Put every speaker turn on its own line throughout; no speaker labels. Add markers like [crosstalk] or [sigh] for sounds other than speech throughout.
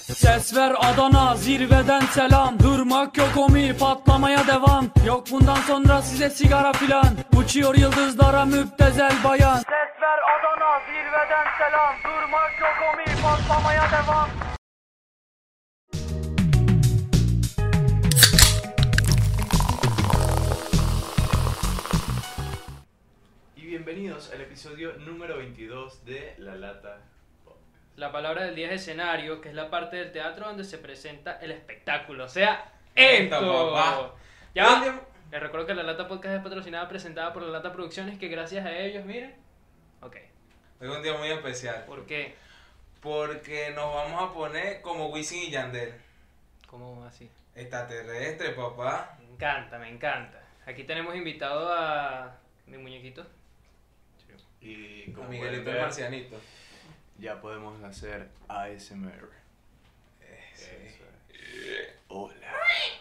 Ses ver Adana zirveden selam Durmak yok omi patlamaya devam Yok bundan sonra size sigara filan Uçuyor yıldızlara müptezel bayan Ses ver Adana zirveden selam Durmak yok omi patlamaya devam
Y bienvenidos al episodio número 22 de La Lata.
La palabra del día es escenario, que es la parte del teatro donde se presenta el espectáculo. O sea, esto.
papá.
Ya va. Les recuerdo que la Lata Podcast es patrocinada, presentada por la Lata Producciones, que gracias a ellos, miren. Ok,
Hoy es un día muy especial
¿por qué?
porque nos vamos a poner como Wisin y Yandel.
¿Cómo así?
Extraterrestre, papá.
Me encanta, me encanta. Aquí tenemos invitado a mi muñequito.
Y
A
como pueden
Miguelito
ver,
el Marcianito.
ya podemos hacer ASMR.
Eh, sí.
Eso es. Hola.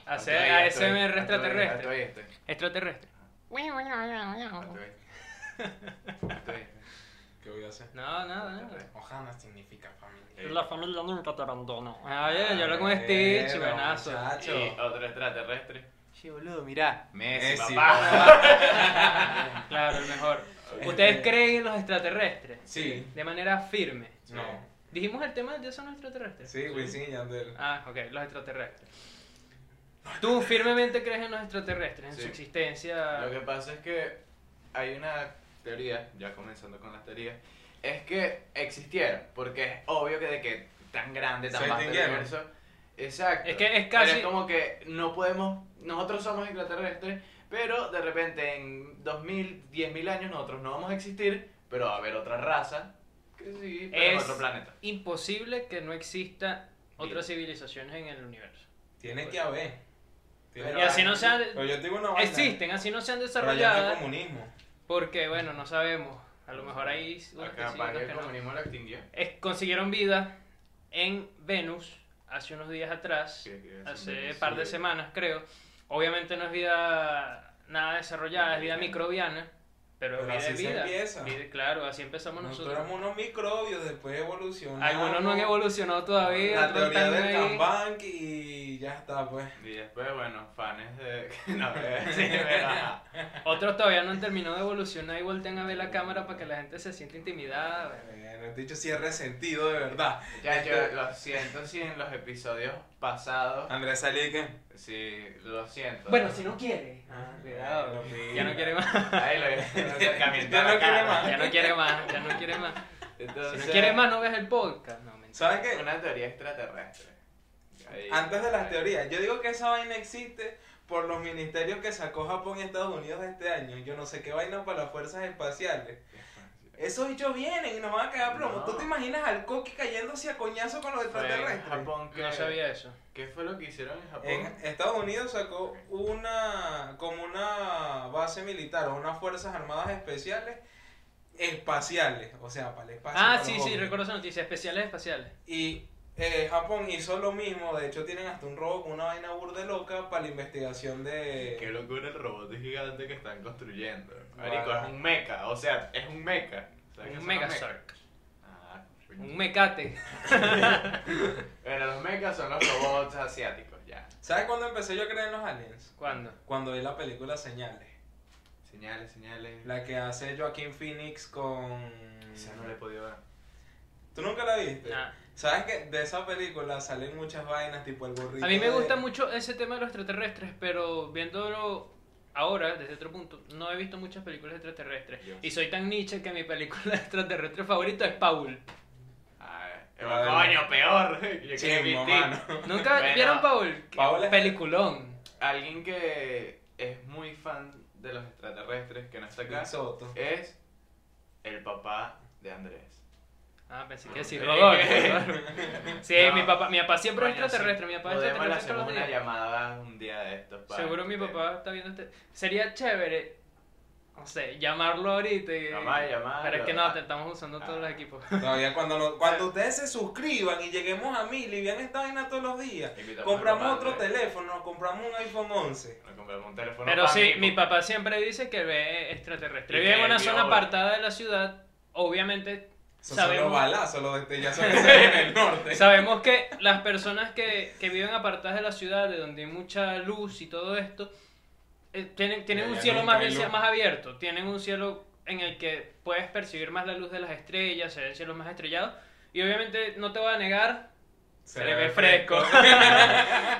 Hacer
Hasta ahí Ah, estoy,
ASMR
hasta ahí, Hasta
extraterrestre.
ahí estoy,
Extraterrestre.
hasta ahí. Hasta
[laughs]
ahí.
¿Qué voy a hacer?
No, nada, nada.
Ojana significa familia.
La
familia nunca te abandona. Ay, Ah, yo hablo con Stitch, buenazo.
Muchacho.
Y otro extraterrestre.
Che, boludo, mirá.
Messi,
Claro, el mejor.
Este-
¿Ustedes creen en los extraterrestres?
Sí.
De manera firme.
No.
Dijimos el tema de Dios son los extraterrestres.
Sí, Wisin y Yandel.
Ah, ok, los extraterrestres. ¿Tú firmemente crees en los extraterrestres, en
Sí.
su existencia?
Lo que pasa es que hay una teoría, ya comenzando con las teorías, es que existieron, porque es obvio que de que tan grande, tan
Se
vasto el
extinguieron.
universo. Exacto.
Es que es
Pero
casi-
es como que no podemos, nosotros somos extraterrestres, pero de repente en 2000, 10.000 años nosotros no vamos a existir, pero va a haber otra raza que sí, pero en
Es-
otro planeta.
Imposible que no exista
Vida.
otras civilizaciones en el universo.
Tiene que haber. Tiene
Pero
Y
que
así no
haber.
se han...
Pero yo tengo una vaina.
Existen, así no se han
Pero ya no hay
desarrollado.
comunismo.
Porque, bueno, no sabemos. A lo mejor hay unos que
Acá
sí,
para que
otros
el
que no.
comunismo la extinguió.
Es- consiguieron vida en Venus hace unos días atrás,
Que- que
hace
Venus,
par de
sí.
semanas creo. Obviamente no es vida nada desarrollada, es vida microbiana, pero,
Pero
vida
así
es
se
vida.
empieza.
Vida- Claro, así empezamos
Nosotros
nosotros.
éramos unos microbios, después evolucionamos.
Algunos no han evolucionado todavía.
La
otros
teoría
están
del
ahí.
Kanbank y ya está, pues.
Y después, bueno, fans de... [laughs] no, sí, pero ajá.
[laughs]
Otros todavía no han terminado de evolucionar y voltean a ver la cámara para que la gente se sienta intimidada. bueno.
Bueno, el dicho sí es resentido, de verdad.
Ya, yo lo siento si en los episodios pasados.
Andrés salí que. "Ah,
Sí, lo siento.
Bueno, si no quiere.
Ah,
Lo mismo.
Ya no quiere más.
Ahí [laughs] lo el acercamiento
Ya
a la
no quiere
cara.
más.
Ya no quiere más. Ya no quiere más. Si
Entonces,
no quiere más, no ves el podcast. No, mentira.
¿Saben qué?
Una teoría extraterrestre. Ahí.
Antes de las teorías, yo digo que esa vaina existe por los ministerios que sacó Japón y Estados Unidos este año. Yo no sé qué vaina para las fuerzas espaciales. Esos bichos vienen y nos van a cagar plomo.
No.
¿Tú te imaginas al Koki cayéndose a coñazo con los
Fue en
extraterrestres?
Japón que.
No sabía eso.
¿Qué fue lo que hicieron en Japón?
En Estados Unidos sacó una como una base militar o unas fuerzas armadas especiales espaciales, o sea, para el espacio.
Ah,
para
sí,
los
sí,
ovnis.
recuerdo esa noticia. Especiales espaciales.
Y eh, Japón hizo lo mismo, de hecho tienen hasta un robot con una vaina burde loca para la investigación
Qué
de
locura el robot gigante que están construyendo.
Wow.
Marico, es un mecha. O sea, es un mecha. ¿Sabes qué son
Un
los
Megazord.
mechas? Ah, coño.
Un mecate.
Bueno, los mechas son los robots asiáticos, ya.
¿Sabes cuándo empecé yo a creer en los aliens?
¿Cuándo?
Cuando vi la película Señales,
Señales, señales.
la que hace Joaquín Phoenix con
Esa no la he podido ver.
¿Tú nunca la viste?
Nah.
¿Sabes que de esa película salen muchas vainas tipo el gorrito?
A mí me
de-
gusta mucho ese tema de los extraterrestres, pero viéndolo ahora, desde otro punto, no he visto muchas películas extraterrestres.
Dios.
Y soy tan niche que mi película [laughs] extraterrestre favorita es Paul.
Ah,
Vale.
coño, peor. [laughs] Yo
Sí,
que
mamá,
Tim.
¿no?
¿Nunca
Bueno,
vieron Paul? Qué
Paul es-
Peliculón.
Alguien que es muy fan de los extraterrestres que no está acá
Nick Soto.
es el papá de Andrés.
Ah, pensé que
Ah,
sí,
ok. [laughs]
Rodolfo. Sí,
No.
mi papá, mi papá siempre es
Coño, sí.
extraterrestre, mi papá es
Podemos le
extraterrestre.
hacemos
todos los
una
días.
llamada un día de estos. para
Seguro mi
que-
papá está viendo este. Sería chévere, no sé, llamarlo ahorita. Y...
Mamá, llamada.
Pero es que no, te estamos usando
Ah.
todos los equipos.
Todavía cuando, lo- cuando ustedes se suscriban y lleguemos a mil y vean esta vaina todos los días,
Invitamos al
compramos
papá
otro
de-
teléfono, compramos un iPhone 11.
Bueno, compramos un teléfono.
Pero
para
sí,
mí,
mi
porque-
papá siempre dice que ve extraterrestre.
Y
Vive
que
en una
vio
zona
ahora.
apartada de la ciudad, obviamente
Son solo
Sabemos.
balazos los
[laughs]
destellazos que se ven en el norte.
Sabemos que las personas que, que viven apartadas de la ciudad, de donde hay mucha luz y todo esto, eh, tienen, tienen
Ya,
un
ya
cielo
nunca
más,
hay
bien-
luz.
más abierto, tienen un cielo en el que puedes percibir más la luz de las estrellas, se ven cielos más estrellados. Y obviamente, no te voy a negar, se, le ve fresco.
[laughs]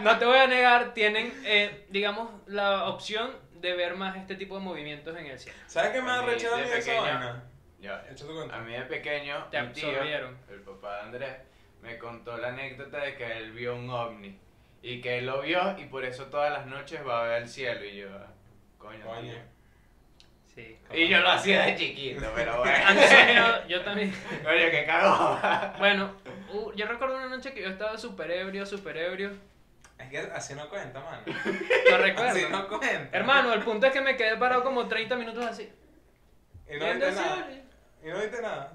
no te voy a negar, tienen, eh, digamos, la opción de ver más este tipo de movimientos en el cielo.
¿Sabes qué me ha
A mí,
arrechado a
de
mí de esa
pequeño.
vaina?
Yo,
Echa tu cuenta.
a mí de pequeño,
Te
mi tío,
absorbieron.
el papá de Andrés, me contó la anécdota de que él vio un ovni. Y que él lo vio y por eso todas las noches va a ver el cielo. Y yo, ah, coño.
Coño.
tío.
Sí.
Y yo lo
[laughs]
hacía de chiquito, pero
[laughs] Han
bueno.
soñado- yo también.
Coño, que cagó.
Bueno, uh, yo recuerdo una noche que yo estaba súper ebrio, súper ebrio.
Es que así no cuenta, mano. [laughs]
Lo recuerdo.
Así no cuenta.
Hermano, el punto es que me quedé parado como 30 minutos así.
Y no
viendo
viste
el
nada.
cielo.
Y no viste nada.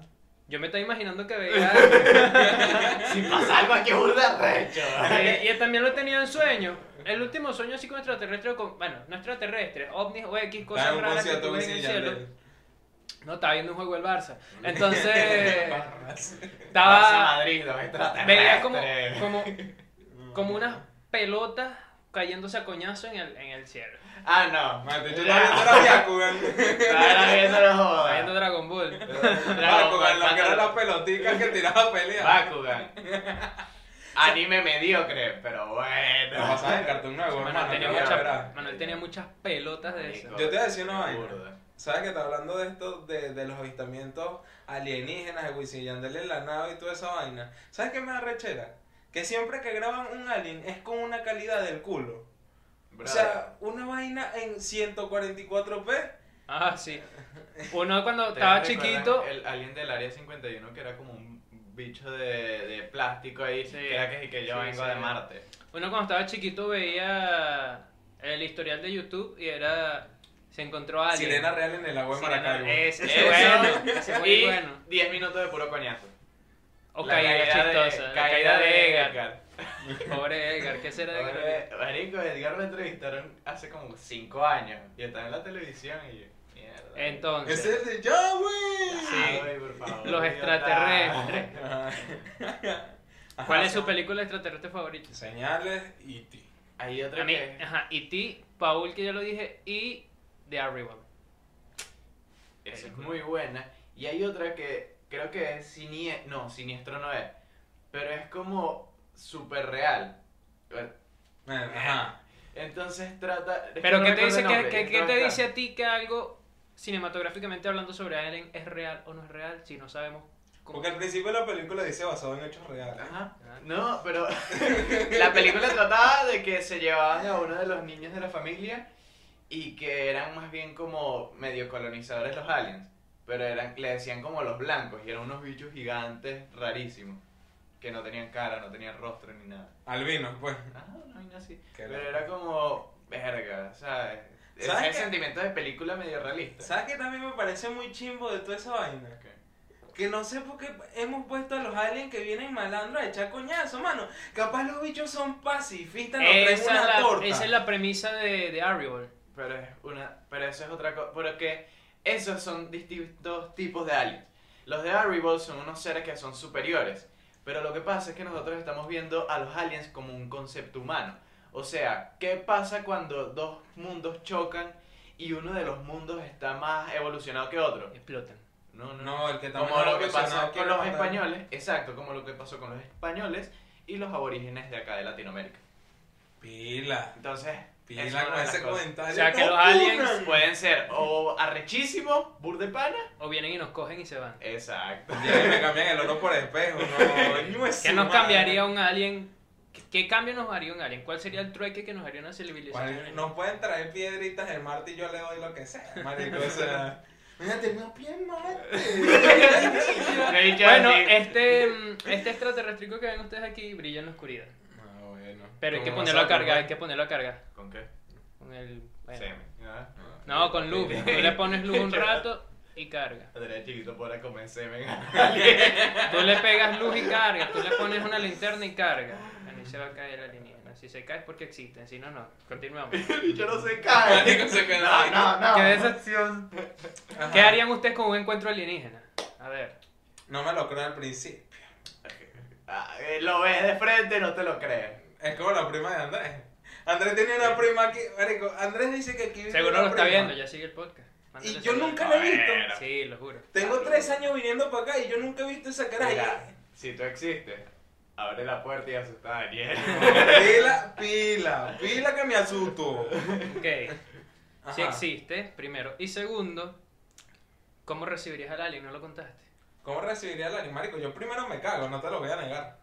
Yo me estaba imaginando que
[laughs]
veía algo.
si pasa algo aquí, burda recho.
Eh, y también lo tenía en sueño. El último sueño así con extraterrestre, con, bueno, no extraterrestres, ovnis o X
Estaba
cosas
en un
raras que
concierto
tú ves en
con
el
Wisin y
cielo.
Yandel.
No, estaba viendo un juego del [laughs] Barça. Entonces,
Barras. [laughs]
estaba,
Madrid, los extraterrestres.
Ah. veía como, como, [laughs] como unas pelotas cayéndose a coñazo en el, en el cielo.
Ah, no.
Mate,
[laughs]
yo
Ya.
estaba viendo la [laughs] Byakugan.
Estaba viendo los
Estaba
jodas.
viendo Dragon Ball.
Bakugan, lo que eran las peloticas que tiraba a
[laughs]
pelear.
Bakugan. Anime mediocre, pero bueno.
Lo pasaba en cartón nuevo,
Manuel
hermano.
tenía,
que ya
muchas,
verás.
Manuel tenía muchas pelotas de eso.
Yo te voy a decir una vaina.
Burda.
¿Sabes que está hablando de esto, de, de los avistamientos alienígenas de Wisin y Yandel en la nave y toda esa vaina? ¿Sabes qué me da rechera? Que siempre que graban un alien es con una calidad del culo. O sea, una vaina en 144p.
Ah, [laughs] sí. Uno cuando
¿Ustedes
estaba
recuerdan
chiquito,
El alien del área 51 que era como un bicho de, de plástico ahí.
Sí.
Que era que, que yo
Sí,
vengo
sí.
de Marte.
uno cuando estaba chiquito veía el historial de YouTube y era se encontró a alguien.
Sirena real en el agua de Maracaibo.
[laughs] Es,
Eso.
bueno,
[laughs]
ese es muy
y
bueno.
10 minutos de puro coñazo.
O
La
caída,
de-
chistosa. la caída de Edgar. Pobre Edgar, ¿qué será de Edgar?
Pobre- Marico, Edgar lo entrevistaron hace como 5 años. Y estaba en la televisión y yo, mierda.
Entonces,
Ese es de Yahweh.
Sí.
Ay, por favor,
los
idiota.
extraterrestres.
Ajá.
¿Cuál es su película extraterrestre favorita?
Señales y ti.
Hay otra
A mí,
que-
ajá, y ti, Paul, que ya lo dije, y The Arrival.
Esa es muy buena. Y hay otra que creo que es siniestro. No, siniestro no es. Pero es como super real.
Ajá.
Entonces trata. es que
Pero
no
¿qué te
recuerdo
dice
el
que,
nombre,
que-
y
qué te
entonces
dice a ti que algo cinematográficamente hablando sobre Alien es real o no es real si no sabemos cómo
Porque al principio de la película dice basado en hechos
está-
reales.
Ajá.
Ah.
No,
[laughs]
pero la
[laughs]
película trataba de que se llevaban a uno de los niños de la familia y que eran más bien como medio colonizadores los aliens. Pero eran, le decían como los blancos y eran unos bichos gigantes rarísimos. Que no tenían cara, no tenían rostro ni nada.
Albino, pues.
Ah, no, no, sí.
Qué
Pero
loco.
era como, verga, ¿sabes? Ese
¿Sabes qué?
sentimiento de película medio realista.
¿Sabes qué también me parece muy chimbo de toda esa vaina?
Ok.
Que no sé por qué hemos puesto a los aliens que vienen malandros a echar coñazo, mano. Capaz los bichos son pacifistas, no traen
Esa
una
es, la,
torta.
esa es la premisa de, de Arrival.
Pero, es una, pero eso es otra cosa. Porque esos son distintos tipos de aliens. Los de Arrival son unos seres que son superiores. Pero lo que pasa es que nosotros estamos viendo a los aliens como un concepto humano. O sea, ¿qué pasa cuando dos mundos chocan y uno de los mundos está más evolucionado que otro?
Explotan.
No, no,
No, el que está
como
más
lo que
evolucionado
pasó
que
con los
los-
españoles, exacto, como lo que pasó con los españoles y los aborígenes de acá de Latinoamérica.
Pila.
Entonces,
Pila
es una
con
de las
ese
cosas.
comentario.
O sea, que
¡No
los aliens
punan!
Pueden ser o arrechísimo, burdepana.
O vienen y nos cogen y se van.
Exacto.
Ya que me cambian el oro por espejo,
[laughs]
no.
¿Qué nos cambiaría un alien? ¿Qué, qué cambio nos haría un alien? ¿Cuál sería el trueque que nos haría una civilización?
¿Cuál- Nos pueden traer piedritas el Marte y yo le doy lo que sea, marico. O [laughs] sea, mira, tengo una piel Marte.
Bueno, este, mm, este extraterrestrico que ven ustedes aquí brilla en la oscuridad.
Ah, bueno.
Pero hay que
Como
ponerlo a
nosotros,
cargar,
pues.
hay que ponerlo a cargar.
¿Con qué?
Con el, bueno.
Semen. Ah.
No, con luz. Tú le pones luz un rato y carga.
Andrea chiquito podrá comer
[laughs]
semen.
Tú le pegas luz y carga, tú le pones una linterna y carga. Ahí se va a caer la alienígena. Si se cae es porque existen, si no, no.
[laughs]
Continuamos.
Y yo no se cae.
Marico, se quedó
No,
ahí.
no, no.
Qué decepción.
Ajá.
¿Qué harían ustedes con un encuentro alienígena? A ver.
No me lo creo al principio.
Ah, eh, lo ves de frente, no te lo crees.
Es como la prima de Andrés. Andrés tenía una prima aquí. Marico, Andrés dice que aquí vive
Seguro
una
lo está
prima.
viendo, ya sigue el podcast. Mándale
Y yo
saludos.
nunca la he visto.
Bueno.
Sí, lo juro.
Tengo tres años viniendo para acá y yo nunca he visto esa cara.
Mira, si tú existes, abre la puerta y asusta a Daniel.
Pila, pila, pila que me asusto.
Ok.
Ajá.
Si existe, primero. Y segundo, ¿cómo recibirías al alien? No lo contaste.
¿Cómo recibiría la marico? Yo primero me cago, no te lo voy a negar.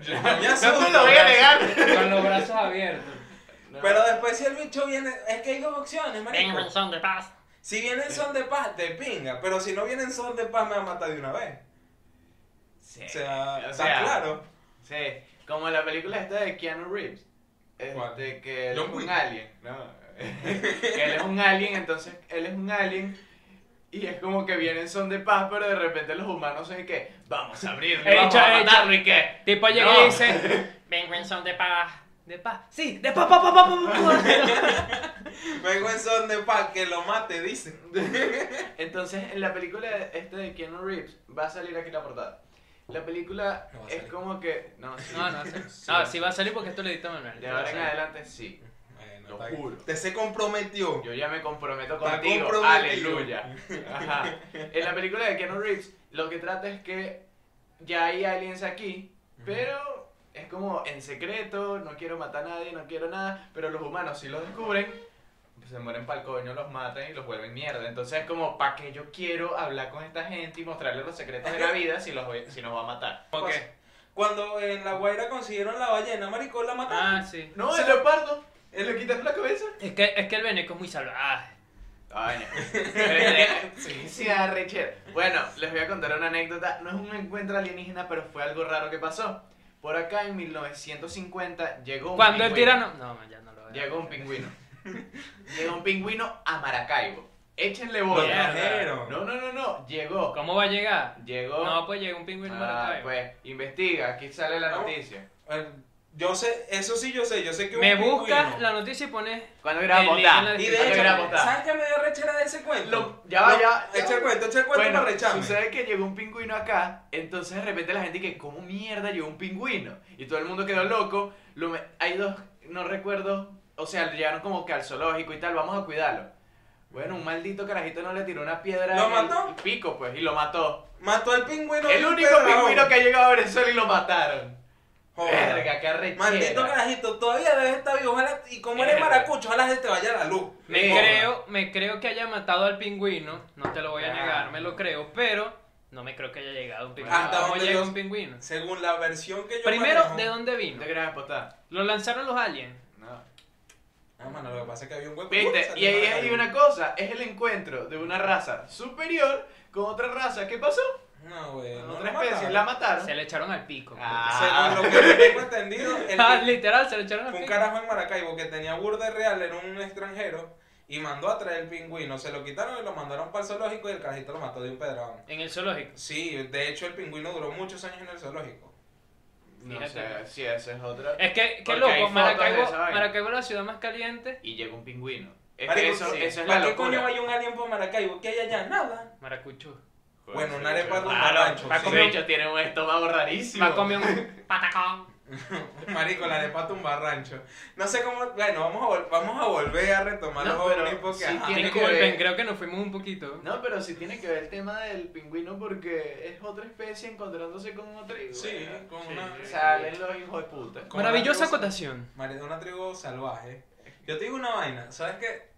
Yo
no
me asusto.
te lo voy a negar.
Con los brazos abiertos.
Pero después si el bicho viene, es que hay dos opciones, marico.
son de paz.
Si viene en son de paz, de pinga. Pero si no viene en son de paz, me va a matar de una vez.
Sí,
O sea,
o
está
sea,
claro.
Sí, como la película esta de Keanu Reeves.
¿Cuál?
Este, que él
John
es un
Wick.
alien,
[laughs]
¿no? que él es un alien, entonces él es un alien. Y es como que vienen son de paz, pero de repente los humanos es que vamos a abrirle,
Hecho,
vamos a
hecho.
matarlo y que
Tipo llega
No.
y dice, vengo en son de paz. De paz. Sí, de paz, paz, paz, paz, paz, paz.
Vengo en son de paz, que lo mate,
[laughs]
dice.
Entonces, en la película esta de Keanu Reeves va a salir aquí la portada. La película
No va a
es
salir.
como que no, sí.
No, no, sí. no, sí va a salir porque esto lo editó Manuel.
De
Esto va a
ahora en
salir.
adelante sí.
Bueno,
Lo
está bien.
juro.
Te se comprometió.
Yo ya me comprometo
Está
contigo.
comprometido.
Aleluya. Ajá. En la película de Keanu Reeves, lo que trata es que ya hay aliens aquí, pero es como en secreto, no quiero matar a nadie, no quiero nada, pero los humanos si los descubren, pues se mueren pa'l coño, los matan y los vuelven mierda. Entonces es como, ¿para qué yo quiero hablar con esta gente y mostrarles los secretos de la vida si, los voy- si nos va a matar?
¿Por qué?
Cuando en La Guaira consiguieron la ballena, marico, la mataron.
Ah, sí.
No, el leopardo, él le quitas la cabeza.
Es que, es que el veneco es muy salvaje. Ah.
Ay, [laughs]
[laughs]
no. sí, sí, arrecher. Bueno, les voy a contar una anécdota. No es un encuentro alienígena, pero fue algo raro que pasó. Por acá en 1950 llegó un
Cuando el
pingüino.
tirano... No, man, ya no lo veo.
Llegó un pingüino. Llegó un pingüino a Maracaibo. Échenle bola.
Lo trajeron.
No, no, no, no. Llegó.
¿Cómo va a llegar?
Llegó.
No, pues llega un pingüino
Ah,
Maracaibo.
pues, investiga. Aquí sale la
No.
noticia.
Eh, Yo sé, eso sí yo sé, yo sé que hubo
Me
un pingüino.
buscas la noticia y pones...
Cuando
El
grabamos,
link en la
da.
Y de
Dale,
hecho,
grabo,
grabamos, da.
¿sabes qué me dio rechera de ese cuento?
Lo- ya va,
Lo-
ya-
Echa el cuento, echa el cuento
Bueno,
para recharme.
sucede que llegó un pingüino acá, entonces de repente la gente que, ¿cómo mierda llegó un pingüino? Y todo el mundo quedó loco. Lo me- Hay dos, no recuerdo, o sea, llegaron como que al zoológico y tal, vamos a cuidarlo. Bueno, un maldito carajito no le tiró una piedra en
¿Lo
el-
mató?
el pico, pues, y lo mató.
Mató al pingüino.
el
de un
único
pedraón.
pingüino que ha llegado a Venezuela y lo mataron.
Joder.
Verga, qué arrechera.
Oh. Maldito carajito, todavía debe estar vivo. Ojalá, y como eres
Verga.
maracucho, ojalá se te vaya la luz.
Me
Sí.
creo, me creo que haya matado al pingüino, no te lo voy a
Ah.
negar, me lo creo, pero no me creo que haya llegado un pingüino.
Hasta
¿Cómo
donde
llega
yo-
un pingüino?
Según la versión que yo
Primero,
manejo-
¿de dónde vino?
No te creas, potá.
Lo lanzaron los aliens.
No.
Ah, mano, lo que pasa es que había un hueco. Uh,
Viste,
salió
y ahí
la
hay
luz.
una cosa, es el encuentro de una raza superior con otra raza. ¿Qué pasó?
No, güey. no
otra
lo
especie,
mataron.
la mataron.
Se le echaron al pico.
Ah.
Según lo que yo tengo entendido,
[laughs]
el
Ah,
que-
Literal, se le echaron al
fue un
pico.
carajo en Maracaibo que tenía burda real, era un extranjero. Y mandó a traer el pingüino, se lo quitaron y lo mandaron para el zoológico y el carajito lo mató de un pedraón.
En el zoológico.
Sí, de hecho el pingüino duró muchos años en el zoológico.
No
Fíjate. Eh.
sé, sí, esa es otra.
Es que, qué
Porque hay
loco,
fotos de
Maracaibo,
esa vaina.
Maracaibo es la ciudad más caliente.
Y llega un pingüino. Es que
Marico,
eso,
sí.
eso es la
¿Para qué coño
locura.
hay un alien por Maracaibo? ¿Qué hay allá? Nada.
Maracucho.
Bueno, una arepa de un
Claro,
rancho,
Paco
sí.
Mecho tiene un estómago rarísimo.
Va a comer
[laughs]
un patacón.
Marico, la arepa tumba rancho. No sé cómo. Bueno, vamos a, vol- vamos a volver a retomar
No,
los
pero
ovnis porque.
sí
ajá.
tiene- que
Disculpen,
ver.
creo que nos fuimos un poquito.
No, pero sí tiene que ver el tema del pingüino porque es otra especie encontrándose con otra. y
Sí,
bueno,
con
sí,
una.
sí.
Salen los hijos de puta.
Como
Maravillosa
una tribu-
acotación.
Marico, una tribu salvaje. Yo te digo una vaina, ¿sabes qué?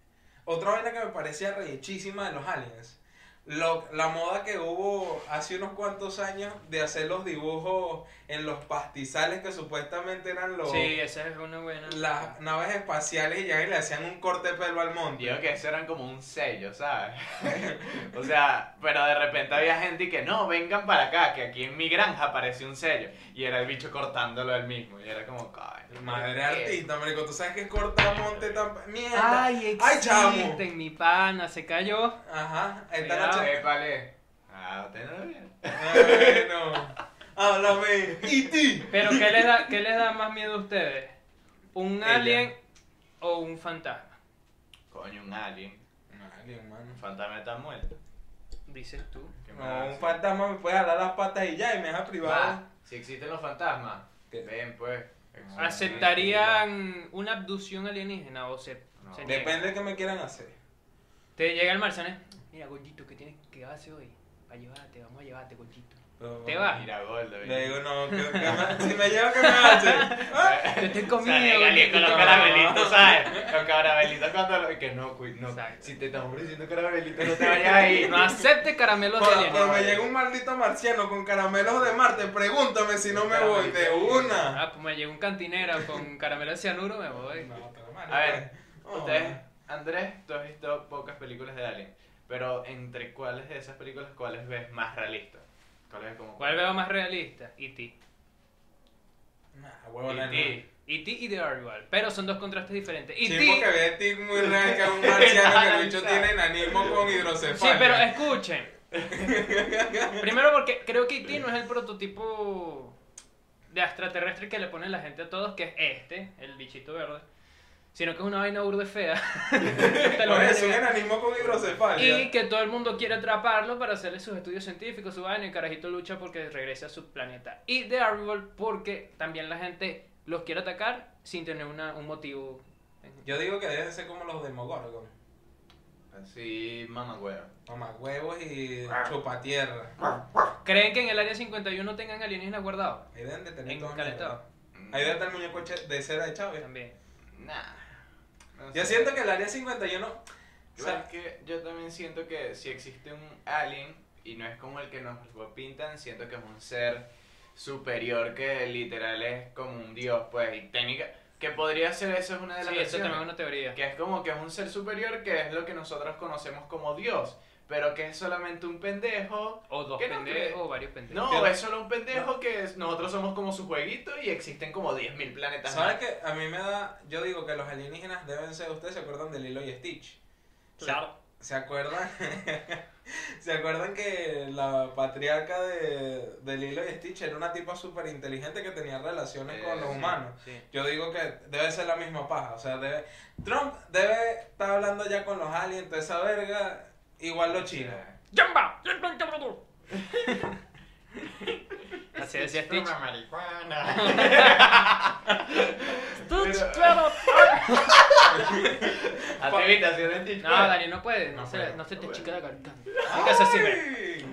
Otra vaina que me parecía rechísima de los aliens. Lo- la moda que hubo hace unos cuantos años de hacer los dibujos en los pastizales que supuestamente eran los.
Sí, esa es una buena.
las naves espaciales y ya le hacían un corte de pelo al monte.
Digo que eso eran como un sello, ¿sabes? [laughs] o sea, pero de repente había gente y que no, vengan para acá, que aquí en mi granja aparece un sello. Y era el bicho cortándolo él mismo. Y era como, "Coño,
Madre
¿qué?".
artista, marico, tú sabes que es corta monte tan... ¡Mierda!
Ay,
Ay, chamo.
existen, mi pana, se cayó.
Ajá, esta
Cuidado.
noche...
Eh, ¿Cuál es? Ah, usted no lo vio.
Ay, no. Háblame. ¿Y ti?
Pero ¿qué les da, qué les da más miedo a ustedes? ¿Un
Ella.
alien o un fantasma?
Coño, un alien.
Nadie, mano.
Un fantasma está muerto.
Dices tú.
Qué
No,
mala
un
acción.
fantasma me puede jalar las patas y ya, y me deja privado.
Va, si existen los fantasmas,
¿Qué? Ah,
ven pues. exhumen.
¿Aceptarían una abducción alienígena o se,
No.
se niegan?
Depende de qué me quieran hacer.
Te llega el marciano. Mira, gordito, ¿qué tienes que hacer hoy? Para llevarte, vamos a llevarte, gordito.
Pero-
Te va.
Mira, gordo, ven.
Le digo, no, que, que me- si me llevo, ¿qué me hace? Ah,
Yo estoy
[laughs] O sea,
comiendo.
regalé con los
gordito.
caramelitos, ¿sabes? Los caramelitos cuando lo- Que no, cuy- no.
Exacto.
Si te estamos ofreciendo caramelitos,
[laughs]
no te vayas ahí.
No acepte caramelos de
Cuando, cuando
alienígena.
me llega un maldito marciano con caramelos de Marte, pregúntame si no me voy de una.
Ah, pues me llegó un cantinero con caramelo de cianuro, me voy.
A ver,
pues.
Ustedes, Andrés, tú has visto pocas películas de Alien. Pero entre cuáles de esas películas, cuáles ves más realistas? ¿Cuáles ves como.?
¿Cuál veo más realista? E E.T.
Nah, huevona, no.
E.T..
E.T. E y The Arrival. Pero son dos contrastes diferentes. E
Sí,
E.T.
porque ve a
[laughs]
Tic muy real que es un marciano que el bicho tiene enanismo con
Sí,
hidrocefalia.
pero escuchen. [laughs] Primero porque creo que E.T. no es el prototipo de extraterrestre que le pone la gente a todos, que es este, el bichito verde. Sino que es una vaina burda y fea. [laughs] Te lo
Por
voy a
eso, Pues un
negar.
enanismo con hidrocefalia.
Y que todo el mundo quiere atraparlo para hacerle sus estudios científicos, su vaina, y Carajito lucha porque regrese a su planeta. Y The Arrival porque también la gente los quiere atacar sin tener una- un motivo.
Yo digo que deben ser como los demogorgon.
Así, mamá huevo.
Mamá huevos y chupatierra.
¿Creen que en el área 51 tengan alienígenas guardados?
Ahí deben de tener
En
todo
Caleta.
mierda. Ahí debe estar el muñeco che- de cera de Chávez.
También.
Mm, Nah. No
Yo
sé.
siento que el área 51. O
Igual es
sea,
que yo también siento que si existe un alien y no es como el que nos lo pintan, siento que es un ser superior que literal es como un dios, pues, y técnica. Que podría ser eso, es una de las
Sí, eso
versiones.
también es una teoría.
Que es como que es un ser superior que es lo que nosotros conocemos como dios, pero que es solamente un pendejo.
O dos
¿Qué no
pendejos
crees?
o varios pendejos.
No,
Pero-
es solo un pendejo que es- nosotros somos como su jueguito y existen como 10.000 planetas.
¿sabes
más.
qué? A mí me da. Yo digo que los alienígenas deben ser. Ustedes se acuerdan de Lilo y Stitch.
Claro.
¿Se acuerdan? [laughs] ¿Se acuerdan que la patriarca de, de Lilo y Stitch era una tipa súper inteligente que tenía relaciones
Eh,
con los
sí.
humanos?
Sí.
Yo digo que debe ser la misma paja. O sea, debe, Trump debe estar hablando ya con los aliens, toda esa verga. Igual los chinos.
¡Jamba! Así decía Stitch.
Toma marihuana.
Stitch,
Pero-
claro.
Activitación de Stitch.
No,
pues.
Dani, no puedes. No,
No
se,
puedo,
no
no
se te
puedo.
chica la [laughs] garganta. Nunca se sirve.
¡Ay!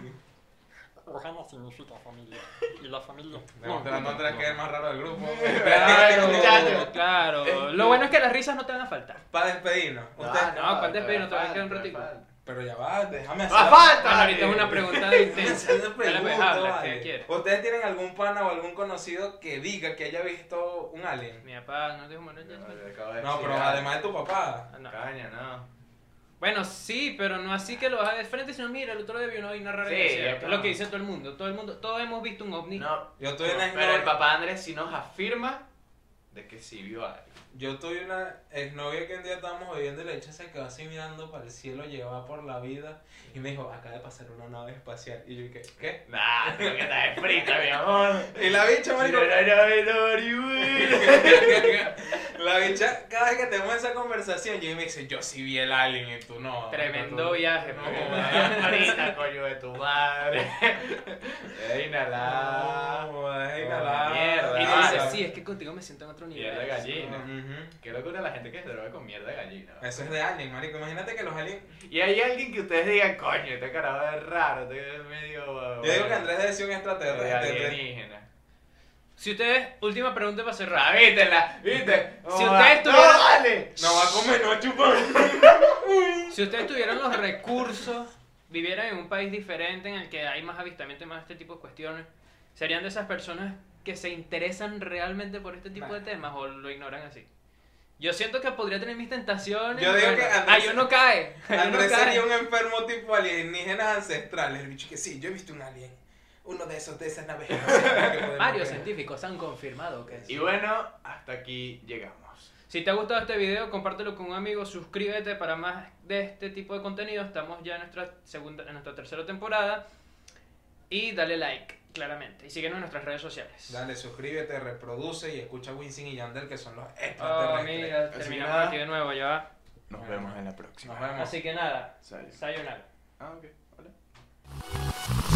Ohana significa familia. Y la familia.
Demostrando
no,
Andrés
no.
que es el más raro del grupo.
Claro,
Muchachos.
claro. Lo bueno es que las risas no te van a [laughs] faltar.
Para despedirnos.
No,
Usted-
Ah, no, ¿cuál despedir? No te vas a quedar un ratito.
Pero ya va, déjame hacer.
¡Ah, falta!
Bueno, ahorita es una pregunta
Déjame
[laughs] intensa. Ya
hacer una
la puedes
pregunta,
hablar,
vale.
si quieres.
¿Ustedes tienen algún pana o algún conocido que diga que haya visto un alien?
Mi papá no dijo humano ya.
No, yo acabo de
No,
decir,
pero
ah,
además de tu papá.
Ah, no.
Caña, no.
Bueno, sí, pero no así que lo vas a ver de frente, sino mira, el otro día vi una vaina rara.
Sí,
que decía,
ya,
que es
claro.
lo que dice todo el mundo. Todo el mundo, todos hemos visto un ovni.
No,
Yo tuve una
pero el
exnovia,
papá Andrés sí nos afirma de que sí vio algo.
yo tuve una exnovia que un día estábamos bebiendo y la hecha se quedó así mirando para el cielo, llevaba por la vida. Y me dijo, acaba de pasar una nave espacial. Y yo dije, ¿qué?
[laughs] Nah, tú que estás de frita, mi amor.
Y la bicha,
Yo
marico,
no
[laughs]
he visto marihuana.
la bicha, cada vez que tenemos esa conversación, yo me dice, yo sí vi el alien y tú no.
Tremendo
tú-
viaje, pues.
no,
po.
[laughs]
no,
Frita, coño de tu [laughs] madre. Eh, Inhalá.
Ah, no,
inhalar.
[laughs]
mierda.
y
Ah,
me dice,
claro.
sí, es que contigo me siento en otro nivel.
Mierda de gallina.
Ujú.
Qué locura la gente que se droga con mierda de gallina.
Eso es de alien, marico. Imagínate que los aliens.
Y hay alguien que ustedes digan, coño, este carajo es raro, este es medio.
Yo digo que Andrés debe ser un
de
extraterrestre.
alienígena.
Si ustedes, última pregunta para
Ah,
cerrar.
vítela, viste.
Si
Oh,
ustedes
ah,
tuvieran-
¡No, vale!
No va a comer, no va a chupar.
Si ustedes tuvieran los recursos, vivieran en un país diferente en el que hay más avistamiento y más este tipo de cuestiones, ¿serían de esas personas que se interesan realmente por este tipo de
Nah.
temas o lo ignoran así? Yo siento que podría tener mis tentaciones.
Yo digo que Andrés-
Ay, uno cae. ahí uno
Andrés
cae.
sería un enfermo tipo alienígenas ancestrales. El bicho que sí, yo he visto un alien. Uno de esos, de esas
[laughs]
naves.
Varios
sentidos.
científicos han confirmado que
Y
sí.
bueno, hasta aquí llegamos.
Si te ha gustado este video, compártelo con un amigo, suscríbete para más de este tipo de contenido. Estamos ya en nuestra segunda, en nuestra tercera temporada. Y dale like, claramente. Y síguenos en nuestras redes sociales.
Dale, suscríbete, reproduce y escucha a Winston y Yandel que son los
Oh,
extraterrestres.
mira,
Así
terminamos
nada.
aquí de nuevo, ya va.
Nos vemos en la próxima.
Nos vemos.
Así que nada,
Sale.
sayonara.
Ah, ok. Hola.